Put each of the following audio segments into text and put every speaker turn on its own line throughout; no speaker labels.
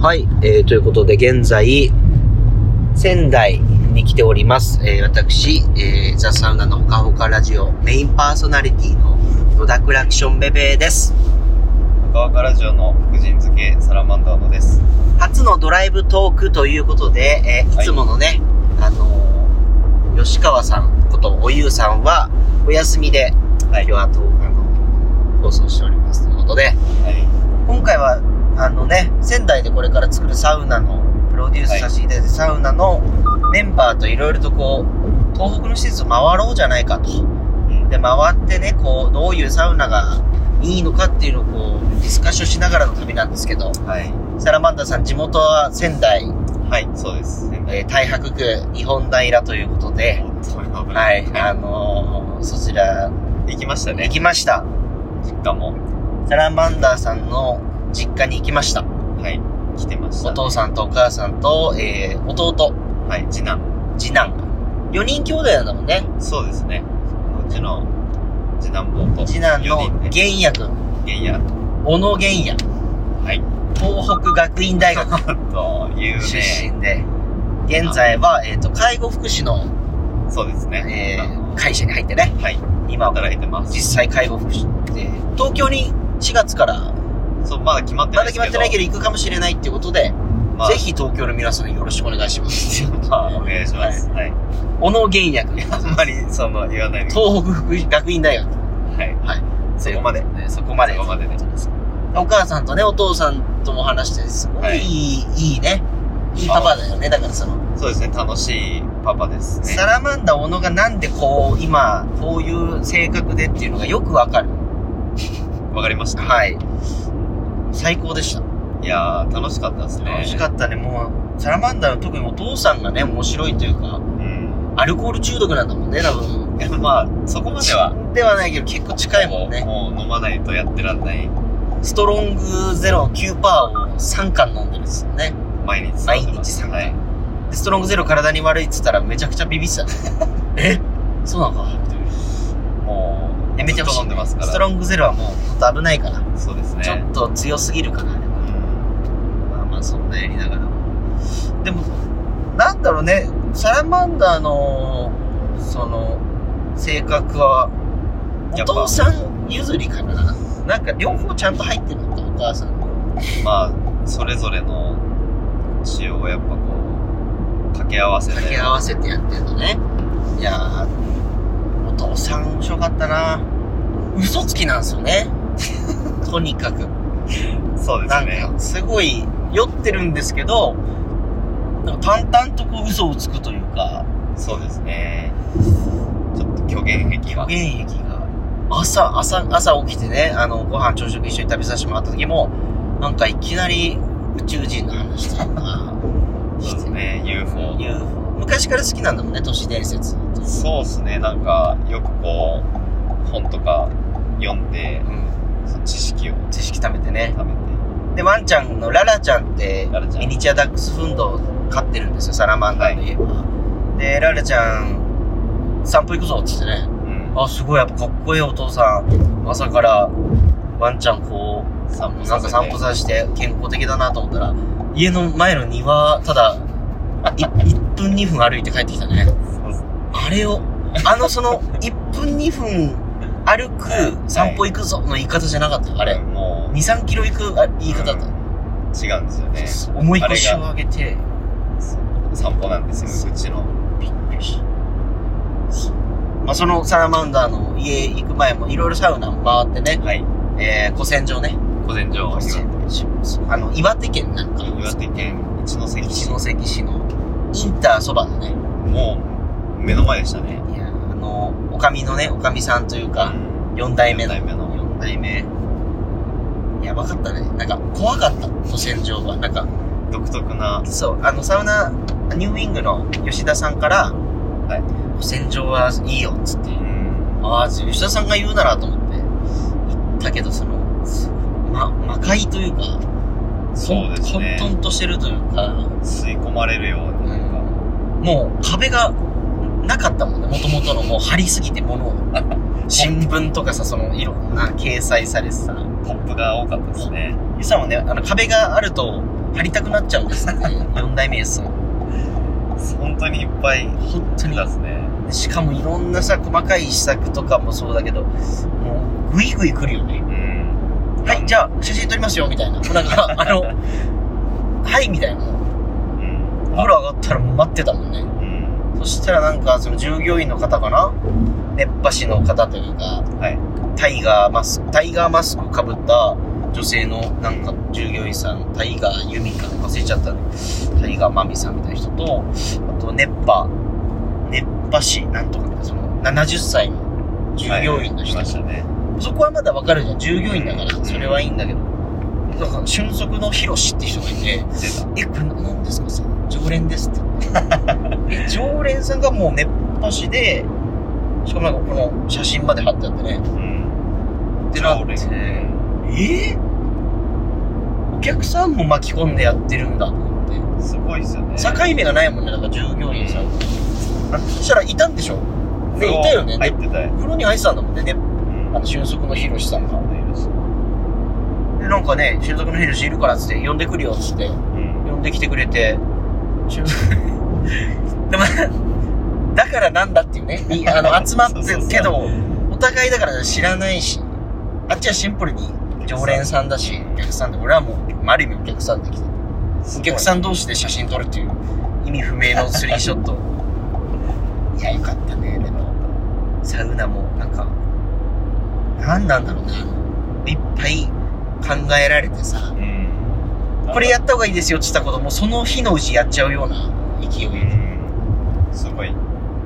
はい、えー、ということで現在、仙台に来ております。えー、私、えー、ザ・サウナのほかほかラジオメインパーソナリティの野田クラクションベベーです。
川岡ラジオの福神漬けサラマンダーノです。
初のドライブトークということで、えー
はい
いつものね、あのー吉川さんことおゆうさんはお休みで、
は
今
い
日はとあの放送しておりますということで、
はい。
今回はあのね仙台でこれから作るサウナのプロデュースさせていただいて、サウナのメンバーといろいろとこう東北の施設を回ろうじゃないかと
うん
で回ってねこうどういうサウナがいいのかっていうのをこうディスカッションしながらの旅なんですけど
はい。
サラマンダさん地元は仙台、
はい、そうです。
えー太白区日本平ということで、
おっと危な。
はいいあのーそちら
行きましたね
行。きました
実家も。
サラマンダさんの実家に行きました
はい。来てました、
お父さんとお母さんと、えー弟
ん。はい、次男。
次男4人兄弟なんだもんね
そうですね。うちの次男坊と。
次男の
四人で。
玄也君
ゲンヤ
小野玄也
はい。
東北学院大学
という
出
ね。
身で現在は、えー、と介護福祉の、
そうですね。
え
あ
ー
の
会社に入ってね
はい。
今は
働いてます。
実際介護福祉で東京に4月から
そう、まだ決まってな
まだ
いです
決
けど。
まってないけど行くかもしれないっていうことで、
まあ
ぜ。ひ東京の皆さんよろしくお願いします
まあ、お願いします。はい。
小野玄也君
あんまり、その、言わないでくだ
東北福祉学院大学
さい。はい。そこまで。
ねそこまで
そこまでね。
お母さんとね、お父さんとも話して、すごい、
はい
い、いいね。いいパパだよね。だからその、
そうですね、楽しいパパですね。
サラマンダ小野がなんでこう、今、こういう性格でっていうのがよくわかる。
わかりました。
はい。最高でした。
いやー、楽しかったですね。
楽しかったね。もう、サラマンダの特にお父さんがね、面白いというか、
うん。
アルコール中毒なんだもんね、多分。
いやまあ、そこまでは、
ではないけど、結構近いもんね。
もう飲まないとやってらんない
ストロング09%を3缶飲んでるんですよね。
毎日。
毎日参加
はい。
でストロングゼロ体に悪いっつったらめちゃくちゃビビって た。えそうなのかみたいな。
もう、
やめてほし
ずっ
い、
と飲んでますから。
ストロングゼロはもうほんと危ないから、
そうですね。
ちょっと強すぎるから、ね、
うん
まあまあそんなやりながらでもなんだろうねサラマンダーのその性格はお
やっぱ
父さん譲りかななんか両方ちゃんと入ってるのかお母さんの
まあ、それぞれの仕様をやっぱこう、掛け合わせで。
掛け合わせてやってるのねいやーお父さん面白かったな嘘つきなんですよ ねとにかく
そうで
な
す
ん
ね。
か、すごい酔ってるんですけど、なんか淡々とこう嘘をつくというか、
そうですね。ちょっと虚言癖は。
現役が、朝、朝、朝起きてね、あの、ご飯朝食一緒に食べさせてもらった時も、なんかいきなり宇宙人の話とか、
そうですね、UFO
いう昔から好きなんだもんね、都市伝説。
そうっすね、なんか、よくこう、本とか読んで、その知識を
知識貯めてね。
貯め
で、ワンちゃんのララちゃんって
ララちゃ、ん
ミニチュアダックスフンドを飼ってるんですよ、サラマンダーで言えば。で、ララちゃん、散歩行くぞっつってね。
て、うん。
あ、すごい、やっぱかっこいいお父さん。朝から、ワンちゃんこ
散
う、
歩
な
さ
んか
せて
散歩させて健康的だなと思ったら、家の前の庭、ただ、い1分2分歩いて帰ってきたね。
そうっす
あれを、あのその、1分2分歩く、散歩行くぞの言い方じゃなかった。あれ。
も
2、
う、
3キロ行くあ言い方だっ
違うんですよね。
た。重い腰を上げて、
そう散歩なんですよ、うちの。
びっくりした。まあ、そのサラマンダーの家行く前もいろいろサウナ回ってね、
はい。
えー、古戦場ね、
古前城
あの、岩手県なんか、
岩手県一関市
一関市のインターそばだね。
もう、目の前でしたね。
いや、あの、おかみのね、おかみさんというか、4代目の。
四代目の
4代目。やばかったね。なんか、怖かった、古戦場は。なんか、
独特な、
そう、あの、サウナ、ニューウィングの吉田さんから、
い
古戦場はいいよ、つって。
うん。
ああ、吉田さんが言うならと思って、行ったけど、その、ま、魔界というか、
そうですね
混沌としてるというか、
吸い込まれるように、なんか、
もう壁がなかったもんね、もともとのもう張りすぎて物 を。新聞とかさ、そのいろんな掲載されてさ。
ポップが多かったですね。
ゆさんもね、あの壁があるとやりたくなっちゃうんです よね。4代目です。
本当にいっぱい
本当
来
に
た。ですね。
しかもいろんなさ、細かい施策とかもそうだけど、もう、ぐいぐい来るよね。
うん。
はい、じゃあ、写真撮りますよ、みたいな。もうなん か、あの、はい、みたいな。
うん。
お風呂上がったらもう待ってたもんね。
うん。
そしたらなんか、その従業員の方かな熱波師の方というか、
はい。
タイガーマスク、タイガーマスクかぶった女性のなんか従業員さん、タイガーユミか忘れちゃったね。タイガーマミさんみたいな人と、あと熱波、熱波師なんとかみたいな、その70歳の従業員の人、
はい来ましたね。
そこはまだわかるじゃん。従業員だから、それはいいんだけど。だから、俊足のヒロシって人がいて、
出た。
え、これ何ですかさ、常連です って。え、常連さんがもう熱波師で、しかもなんかこの写真まで貼ってあってね。
うん。
ってな
常
って
連
えー、お客さんも巻き込んでやってるんだと思って
すごいですよね。
境目がないもんねなんか従業員さんあそしたらいたんでしょねいたよね
入ってたよ。
風呂に入ってたんだもんねね
うん
あの俊足のヒロシさんが
う
でなんかね俊足のヒロシいるからっつって呼んでくるよっつって
ん。
呼んできてくれて 俊足でもだからなんだっていうねいあ の集まってるけどお互いだから知らないしあっちはシンプルに常連さんだしお客さんで俺はもうある意味お客さんで来て
すごい
お客さん同士で写真撮るっていう意味不明のスリーショッ トいやよかったねでもサウナもなんか何なんだろうねいっぱい考えられてさ
うん。
これやった方がいいですよって言ったこともその日のうちやっちゃうような勢いで
うん。すごい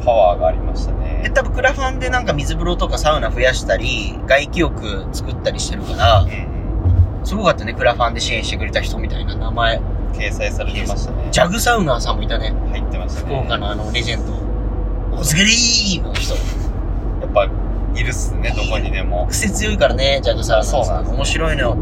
パワーがありました
で
ね。
多分クラファンでなんか水風呂とかサウナ増やしたり外気浴作ったりしてるから
うん。
すごかったねクラファンで支援してくれた人みたいな名前
掲載されてましたね。
ジャグサウナーさんもいたね
入ってましたね。
福岡のあのレジェンドおすげりーの人
やっぱ、いるっすね、どこにでも。
癖強いからね、ジャグサーさん。
そうなんですね
面白いのよ、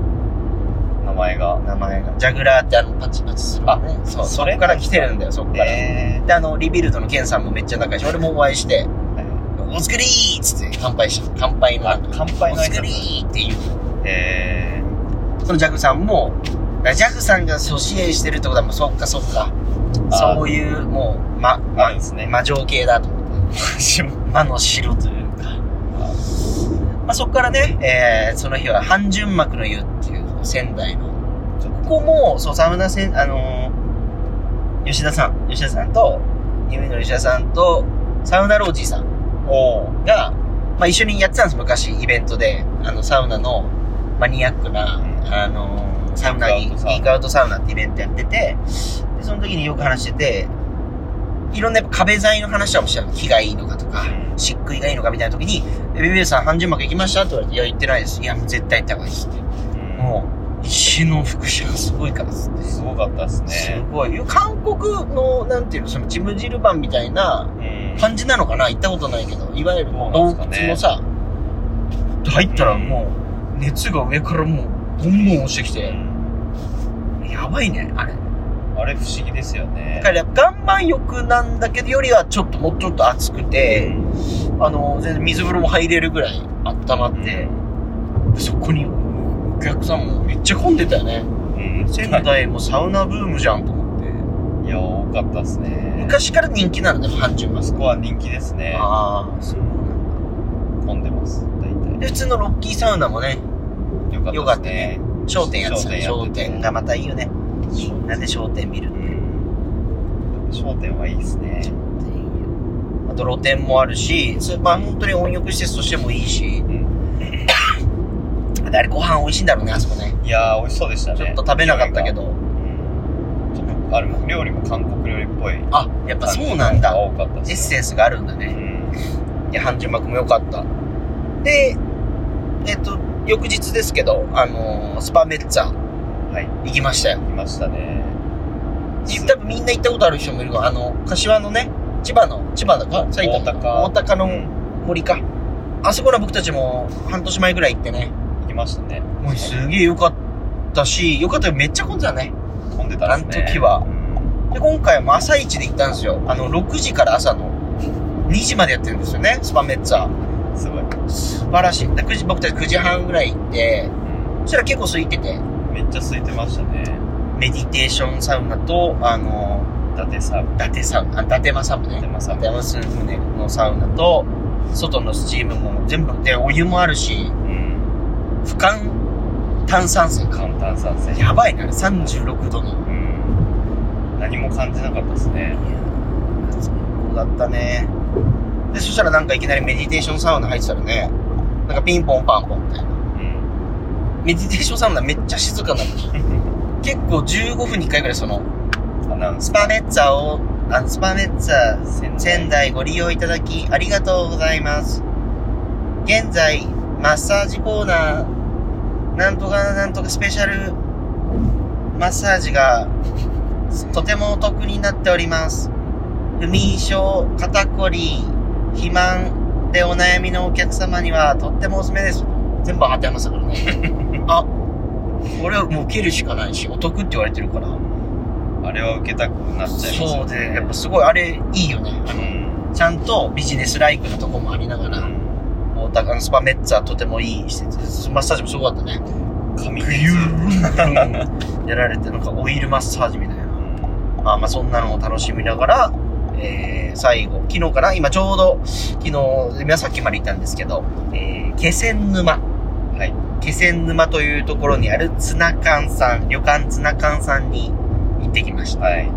名前が。
名前が。ジャグラーってあの、パチパチするのね。そう、そ
そ
れ
れ
から来てるんだよ、そっから。
え
で、あの、リビルドのケンさんもめっちゃ仲良いし、俺もお会いして、
ー。
おつくりーっつって乾杯し、乾杯の
あ、乾杯
お
の
つ
挨
くり
拶。
ーっていう。
え
そのジャグさんも、ジャグさんがそう支援してるってことはもう、そっかそっか。
あー
そういう、もう、ま、
ー、あるんですね。
魔女系 だと思って。魔の城というか。まあ、そこからね、えーその日は、半純幕の湯っていう、仙台の、
ちょっ
ここも、そう、沢村せん、あのー吉田さん、吉田さんと、夢の吉田さんと、サウナロージーさん
とおー
が、まあ、一緒にやってたんです、昔、イベントで。あの、サウナのマニアックな、
うん
あのーサウナに、
ピークアウトサウナ
ピークアウトサウナってイベントやってて、で、その時によく話してて、いろんなやっぱ壁材の話はもちろん、木がいいのかとか、
うん
漆喰がいいのかみたいな時に、えビビルさん半純幕行きましたって言われて、いや、行ってないです。いや、もう絶対行った方がいいですって。
うん
もう、石の副社がすごいからですって。
すごかったっす
す
ね。
ごい。韓国の、なんていうの、その、チムジルバンみたいな
うん
感じなのかな行ったことないけど、いわゆるもう
そう
洞
なんですか
窟
ね
のさ、入ったらもう、熱が上からもう、ボンボン落ちてき
う
て、
ん
やばいね、あれ。
あれ不思議ですよね
だ。から、岩盤浴なんだけど、よりはちょっと、もうちょっと暑く
う
て、
ん
あの、全然水風呂も入れるぐらい温まって、そこに、お客さんもめっちゃ混んでたよね。
うん。
仙台もサウナブームじゃんと思って。
いや、多かったっす ね。
昔から人気なんだよ、半中マ
あ
ス
そこは人気ですね。
ああ、そうなん
混んでます、大
で、普通のロッキーサウナもね、
体。
よ
よ
か
か
っ
ったた
ね
ですね。
商店やってたね。商
商店やってて
店がまたいいよね。なんで商店見る
うん。商店はいいですね。
っていう。あと露店もあるし、スーパー本当に温浴施設としてもいいし、
うん
あれご飯美味しいんだろうね、あそこね。
いやー、美味しそうでしたね。
ちょっと食べなかったけど。
ちょっとあれも料理も韓国料理っぽい
あ、やっぱそうなんだ。
多かった
エッ
です
センスがあるんだね。
ね
いや、半純幕も良かった。で、えっと、翌日ですけど、あのースパメッツァ
うんはい
行きましたよ。
行きましたね
多分みんな行ったことある人もいるが、あの、柏のね、千葉の、千葉だか埼玉
大高
大高
う
の
ん
森か。あそこら僕たちも半年前ぐらい行ってね。
行きましたね
もうすげえ良かったし、良かったよ。めっちゃ混んでたね。
飛んでたっすね
あの時は
うん
で、今回も朝一で行ったんですよ。あの、6時から朝の2時までやってるんですよね、スパメッツァ。
すごい
素晴らしい。で9時僕たち9時半ぐらい行って、
う
そしたら結構空いてて、
んめっちゃ空いてましたね
メディテーションサウナと、あの、
伊達サウ
伊達サウナ、あ伊達間サウナ
ナ、伊
ね。
達サウ
伊
ナ。
達間サウナのサウナと、外のスチームも全部、で、お湯もあるし、
うん。
俯瞰炭酸泉か。
簡単酸性。
やばいな、36度の。
うん。何も感じなかったですね。
そうだったね。で、そしたらなんかいきなりメディテーションサウナ入ってたらね、なんかピンポンパンポンみたいな。
うん。
メディテーションサウナめっちゃ静かなの。 結構15分に1回ぐらいその、
アナウンス
スパメッツァを、あの、スパメッツァ
仙
仙台ご利用いただきありがとうございます。現在、マッサージコーナー、なんとかなんとかスペシャルマッサージがとてもお得になっております。不眠症、肩こり、肥満でお悩みのお客様にはとってもおすすめです。全部当てはましたからね。 あ、これはもう受けるしかないし、お得って言われてるから。
あれは受けたくなっちゃいますよね。
そうで、やっぱすごいあれいいよね。あの
うん。
ちゃんとビジネスライクなとこもありながら、大田のスパメッツァとてもいい施設です。マッサージもすごかったね。
髪
グユーンやられて、なんかオイルマッサージみたいな。まあまあそんなのを楽しみながら、えー、最後、昨日かな今ちょうど、昨日、今さっきまで行ったんですけど、えー、気仙沼。
はい。
気仙沼というところにあるツナ缶さん、旅館ツナ缶さんに行ってきました。
はい。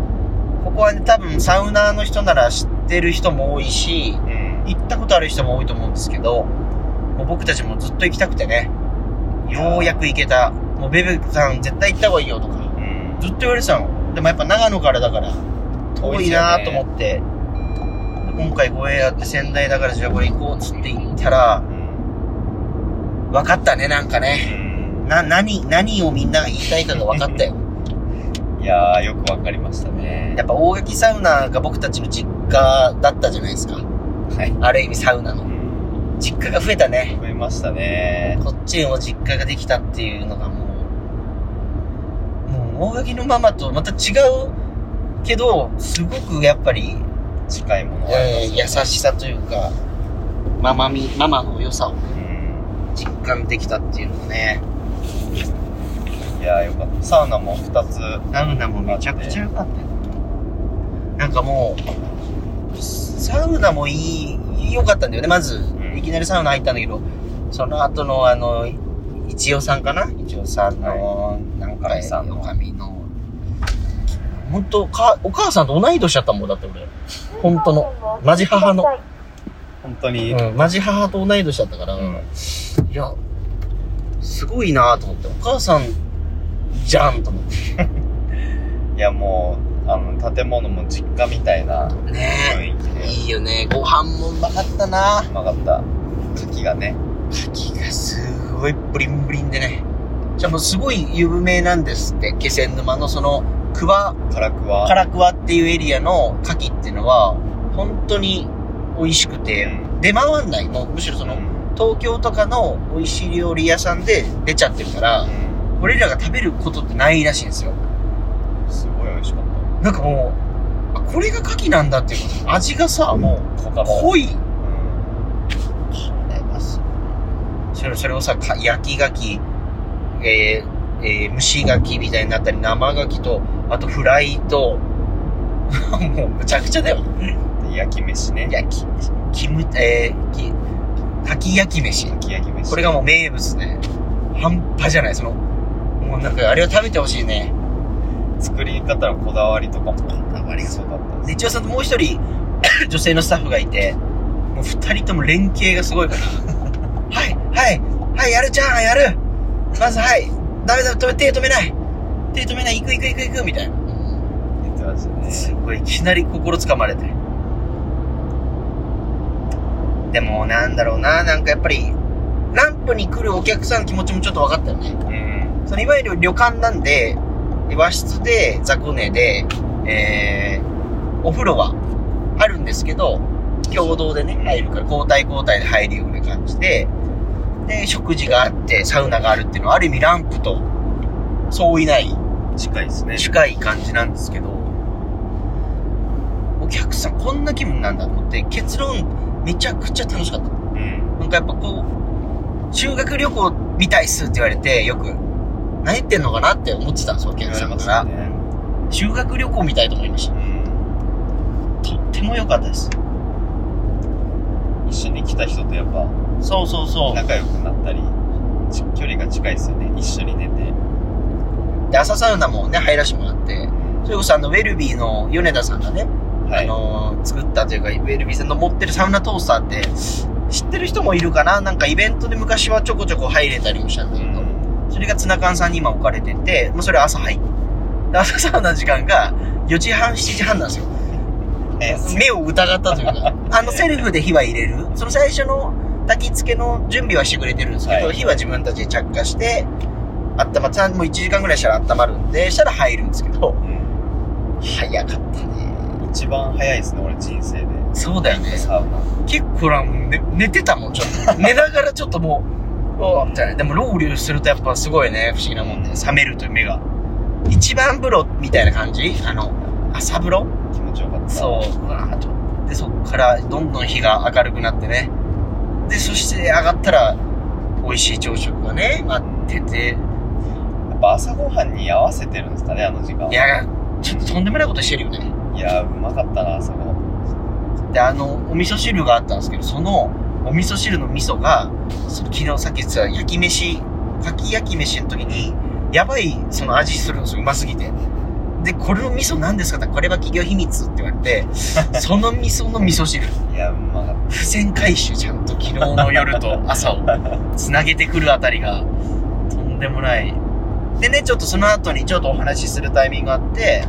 ここはね、多分サウナーの人なら知ってる人も多いし、
うん。
行ったことある人も多いと思うんですけど、もう僕たちもずっと行きたくてね、ようやく行けた。もうベベさん絶対行った方がいいよとか、
うん。
ずっと言われてたの。でもやっぱ長野からだから、遠いなと思って、で今回ご縁あって仙台だからじゃあこれ行こうっつって行ったら、
うん。
分かったね、なんかね。
うん
な、何、何をみんなが言いたいかが分かったよ。
いやー、よくわかりましたね
や。っぱ大垣サウナが僕たちの実家だったじゃないですか。
はい。
ある意味サウナの。実家が増えたね。
増えましたね。
こっちにも実家ができたっていうのがもう、もう大垣のママとまた違うけど、すごくやっぱり、
近いものはありま
え
す
ー
ね
優しさというか、ママみ、ママの良さを
う
実感できたっていうのね。
んいやー、よかった。サウナも2つ。
サウナもめちゃくちゃ良かったよ。なんかもう、サウナもいい、良かったんだよね。まず、
ん
いきなりサウナ入ったんだけど、その後のあの、一応さんかな一応さんの、なんか、
女将さんの
女将の。本当か、お母さんと同い年だったもんだって俺。本当の。マジ母の。
本当に。
うん、マジ母と同い年だったから、
うん
いや、すごいなと思って、お母さん、じゃんと思って。
いや、もう、あの、建物も実家みたいな
ね
雰囲気で。
いいよね。ご飯もうまかったな
うまかった。牡蠣がね。
牡蠣がすごいブリンブリンでね。じゃあもうすごい有名なんですって。気仙沼のその、桑、
辛くは。
唐桑っていうエリアの牡蠣っていうのは、本当に美味しくて、出回んない。もうむしろその、東京とかの美味しい料理屋さんで出ちゃってるから、
う
俺らが食べることってないらしいんですよ。
んすごい美味しかっ
なんかもう、あ、これが牡蠣なんだっていうこと。味がさ、もう、
た。濃かった。
濃い。
うん
それそれをさか焼き牡蠣、えーえー蒸し牡蠣みたいになったり生牡蠣とあとフライと もうむちゃくちゃだよ
で焼き飯ね。
焼きキムえー、き牡蠣焼き飯
焼き焼き飯。
これがもう名物ね半端じゃないそのもうなんかあれを食べてほしいね
作り方のこだわりとかも。こだわ
りが
すごかったです。
で一応さんともう一人 女性のスタッフがいてもう二人とも連携がすごいからはいはいはいやるじゃんやるまずはいダメだ止め手止めない手止めない行く行く行く行くみたいな
言ってました
す
ね。
ごいいきなり心つかまれてでもなんだろうななんかやっぱりランプに来るお客さんの気持ちもちょっと分かったよね
うん。
そのいわゆる旅館なんで、和室で雑魚寝で、えー、お風呂はあるんですけど、共同でね、入るから、交代交代で入るような感じで、で、食事があって、サウナがあるっていうのは、ある意味ランプと、そういない、
近いですね。
近い感じなんですけど、お客さんこんな気分なんだと思って、結論、めちゃくちゃ楽しかった。
うん。
なんかやっぱこう、修学旅行みたいっすって言われて、よく。何言ってんのかなって思ってたんですよ、お
言
客
わ
さ
れ
ん
ま
か
す
ら
よ。ね。
修学旅行みたいと思いまし
うん。
た。とっても良かったです。
一緒に来た人とやっぱ
そうそうそう。
仲良くなったり、ち距離が近いですよね。一緒に寝て。
で、朝サウナもね、入らせてもらって、それこそあの、ウェルビーの米田さんがね、
は
あ
い。
のー作ったというか、ウェルビーさんの持ってるサウナトースターって、知ってる人もいるかななんかイベントで昔はちょこちょこ入れたりもしたんだけど、それがツナ缶さんに今置かれてて、もうそれ朝入って。で朝サウナの時間が4時半、7時半なんですよ。
え、
目を疑ったというか、 あのセルフで火は入れる、その最初の焚き付けの準備はしてくれてるんですけど、
はい
火は自分たちで着火して、あったま、もう1時間ぐらいしたら温まるんで、したら入るんですけど、
うん
早かったね。
一番早いですね、俺人生で。
そうだよね。
サウナ。
結構な、ね、寝てたもん、ちょ っと。寝ながらちょっともう、おーみたいな。でも、ロウリュするとやっぱすごいね、不思議なもんで、冷めるという目が。一番風呂みたいな感じあの、朝風呂
気持ちよかった。
そう、うわーちょっとで、そこからどんどん日が明るくなってね。で、そして上がったら、美味しい朝食がね、待ってて。
やっぱ朝ごはんに合わせてるんですかね、あの時間。
い、や、ちょっととんでもないことしてるよね。
いやうまかったな、朝ごはん。
で、あの、お味噌汁があったんですけど、その、お味噌汁の味噌が、その昨日さっき言ってた焼き飯、かき焼き飯の時に、やばい、その味するんですよ、うますぎて。で、これの味噌何ですかって、これは企業秘密って言われて、その味噌の味噌汁。
いやうまかっ
付箋回収ちゃんと昨日の夜と朝をつなげてくるあたりがとんでもないでねちょっとその後にちょっとお話しするタイミングがあって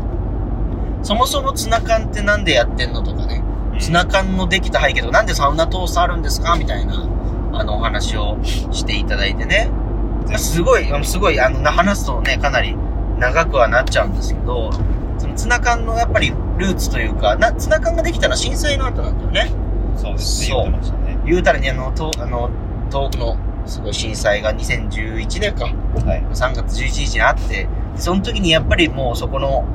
そもそもツナ缶ってなんでやってんのとかね
た。
ツナ缶のできた背景とかなんでサウナトースターあるんですかみたいなあのお話をしていただいてねすごいあのすごいあのな話すとねかなり長くはなっちゃうんですけどそのツナ缶のやっぱりルーツというかなツナ缶ができたのは震災の後なんだよね
そうですね、
そう
言ってましたね。
言うたらね、あの、とあの東北のすごい震災が2011年か、
はい。
3月11日にあって、その時にやっぱりもうそこの、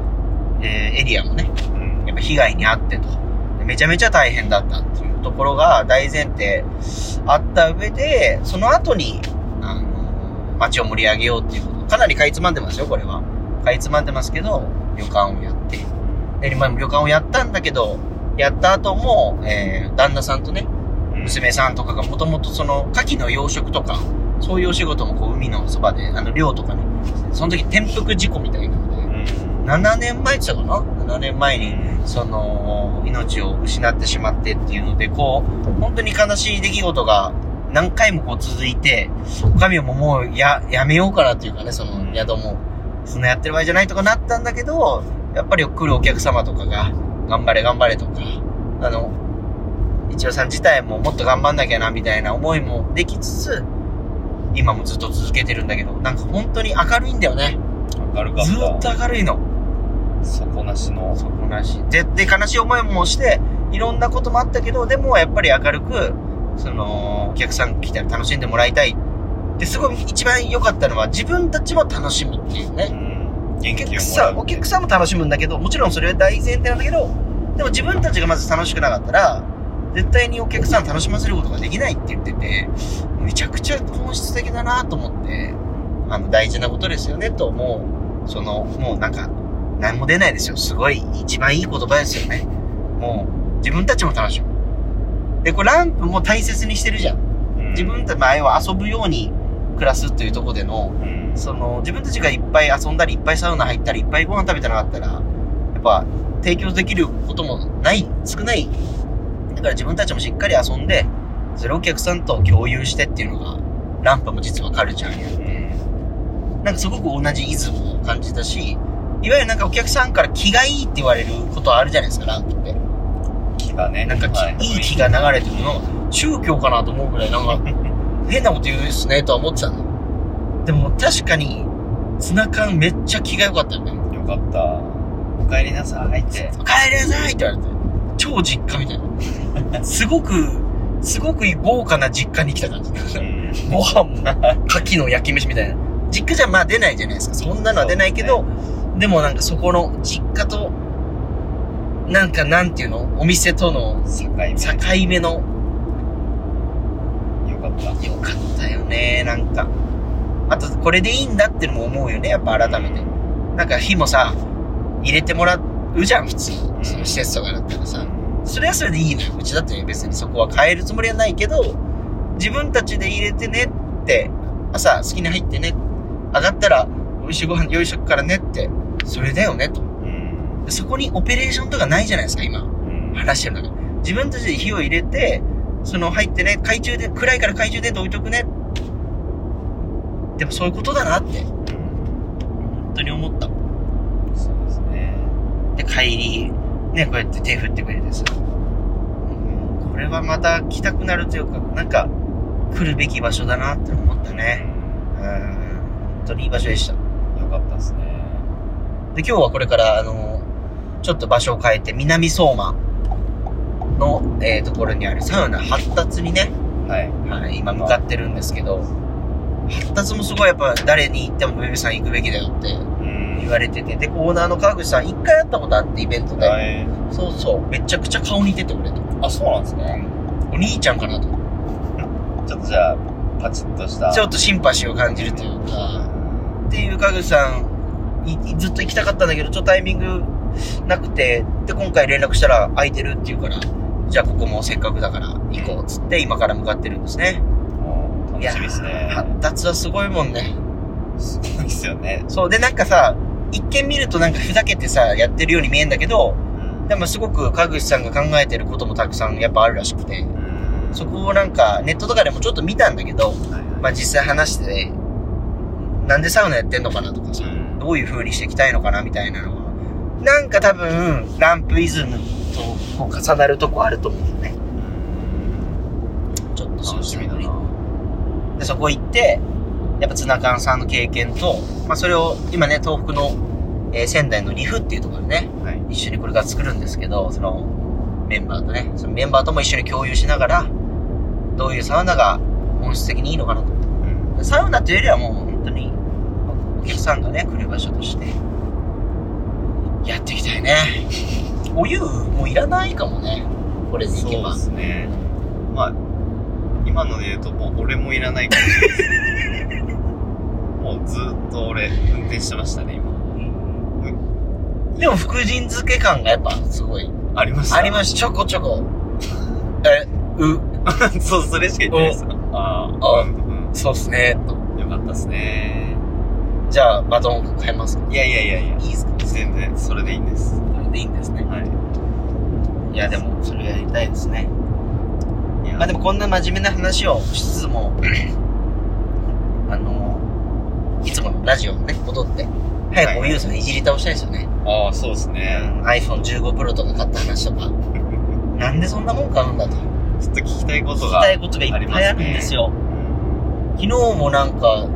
えーエリアもね、
うん。
やっぱ被害に遭ってと、でめちゃめちゃ大変だったっていうところが大前提あった上で、その後に、あの、街を盛り上げようっていうこと、かなりかいつまんでますよ、これは。かいつまんでますけど、旅館をやって、で、まあ旅館をやったんだけど、やった後も、えー旦那さんとね、娘さんとかがもともとその牡蠣の養殖とかそういうお仕事もこう海のそばであの漁とかねその時転覆事故みたいな
う
ので
ん。
7年前って言ったかな7年前に
う
その命を失ってしまってっていうのでこう本当に悲しい出来事が何回もこう続いて神ももうややめようかなというかねその宿もそんなやってる場合じゃないとかなったんだけどやっぱり来るお客様とかが頑張れ頑張れとかあの一応さん自体ももっと頑張んなきゃなみたいな思いもできつつ今もずっと続けてるんだけどなんか本当に明るいんだよね
ん。明るかった。
ずーっと明るいの
底なしの。
底なしでで悲しい思いもしていろんなこともあったけどでもやっぱり明るくそのお客さん来たら楽しんでもらいたいですごい一番良かったのは自分たちも楽しむっていう
う
ね
ん。
お
元気をも
客
ら
さ
うん
お客さんも楽しむんだけどもちろんそれは大前提なんだけどでも自分たちがまず楽しくなかったら絶対にお客さんを楽しませることができないって言っててめちゃくちゃ本質的だなと思ってあの大事なことですよねと思うそのもうなんか何も出ないですよすごい一番いい言葉ですよねもう自分たちも楽しむでこれランプも大切にしてるじゃん
うん
自分たち前は遊ぶように暮らすというところでの
うん。
その自分たちがいっぱい遊んだりいっぱいサウナ入ったりいっぱいご飯食べてなかったらやっぱ提供できることもない少ないだから自分たちもしっかり遊んでそれをお客さんと共有してっていうのがランプも実はカルチャーにある
うん
なんかすごく同じイズムを感じたしいわゆるなんかお客さんから気がいいって言われることはあるじゃないですかランプって
気がね。
なんか気、
はい
い、い気が流れてるの宗教かなと思うぐらい なんか変なこと言うですねとは思ってたのでも確かにツナ缶めっちゃ気が良かったよね
よかった。お帰りなさいって。
帰れなさいって言われて、超実家みたいな。すごく、すごく豪華な実家に来た感じ。
うん。
ご飯も、牡蠣の焼き飯みたいな。実家じゃまあ出ないじゃないですか。そんなのは出ないけど、でもなんかそこの実家と、なんかなんていうのお店との
境目。
境目の
よかった。
良かったよね、なんか。あと、これでいいんだってのも思うよね、やっぱ改めて。なんか火もさ、入れてもらうじゃん、普通。その施設とかだったらさ。それはそれでいいのよ。うちだって別にそこは変えるつもりはないけど、自分たちで入れてねって、朝好きに入ってね、上がったら美味しいご飯用意しとくからねって、それだよねと。
うん
でそこにオペレーションとかないじゃないですか、今。
うん
話してる中で自分たちで火を入れてその入ってね懐中で暗いから懐中電灯置いとくねでもそういうことだなって本当に思った
そうですね
で帰りねこうやって手振ってくれてさうんこれはまた来たくなるというかなんか来るべき場所だなって思ったねうん本当にいい場所でした
よかったですね
で今日はこれからあのちょっと場所を変えて南相馬の、えーところにあるサウナ発達にね
はい
はい、今向かってるんですけど、発達もすごいやっぱ誰に行ってもベベさん行くべきだよって
うん
言われてて、で、オーナーの川口さん一回会ったことあってイベントで、
はい
そうそう、めちゃくちゃ顔似てて俺と。
あそうなんですね
お兄ちゃんかなと。
ちょっとじゃあパチッとした
ちょっとシンパシーを感じるというか、っていう川口さん、いずっと行きたかったんだけど、ちょっとタイミングなくて、で、今回連絡したら空いてるっていうから、じゃあここもせっかくだから行こうっつって今から向かってるんですね。
もう楽しみです
いや
ね
ー発達はすごいもんね。
すごいですよね
そう、で、なんかさ、一見見るとなんかふざけてさ、やってるように見えんだけど、
うん
でもすごく川口さんが考えてることもたくさんやっぱあるらしくて、
うん
そこをなんかネットとかでもちょっと見たんだけど、
はいはい
まあ実際話してて、なんでサウナやってんのかなとかさ、
うん
どういう風にしていきたいのかなみたいなのは、なんか多分、ランプイズムとこう重なるとこあると思うよね。ちょっとそう
楽
し
してみ
み
だ
た
な
で、そこ行って、やっぱツナ缶さんの経験と、まあそれを今ね、東北の、えー仙台のリフっていうところでね、
はい
一緒にこれから作るんですけど、そのメンバーとね、そのメンバーとも一緒に共有しながら、どういうサウナが本質的にいいのかなと。
うん
サウナというよりはもう本当にお客さんがね、来る場所として、やっていきたいね。 お湯もういらないかもね、これでい
そう
けば
で。すねまあ今ので言うともう俺もいらないかもしれないもうずーっと俺運転してましたね今
でも福神漬け感がやっぱすごい。
ありました
ありました、ちょこちょこ。え、う、
すそうそれしか言ってないですあー
あ
うん
そうっすね、と。
うんよかったですね
じゃあ、バトン変えますか
いやいやいやいや
いいですか
全然それでいいんです
これでいいんですね。
はい
いや、でも、それやりたいですね。
いや
まあでも、こんな真面目な話をしつつも、 あの、いつものラジオのね、戻って、早くおゆうさんいじり倒したいですよね。
ああそうですね
iPhone15 Pro とか買った話 とか、なんでそんなもん買うんだと。
ちょっと聞きたいこ
聞
と
き
が
たいことがいっぱいあるんですよ。昨日もなんか、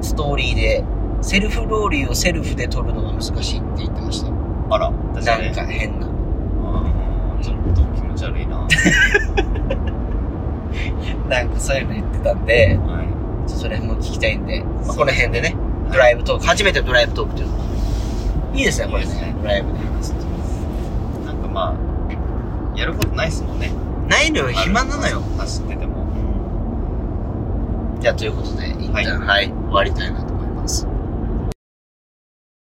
ストーリーで、セルフローリーをセルフで撮るのが難しいって言ってましたよ。
あら確か
な
に
んか変な。
あーちょっと気持ち悪い なは
なんかそういうの言ってたんで、
い
ちょっとそれも聞きたいんで、まあ、
そう
この辺でね、ドライブトーク、初めてドライブトークっていうのがいいですね、これ
いいです
ね
ね。
ドライブで話すと。
なんかまあ、やることないっすもんね。
ないのよ、暇なのよ。。
走ってても。
じゃあ、ということで、一旦、
はい
はい、終わりたいなと思います。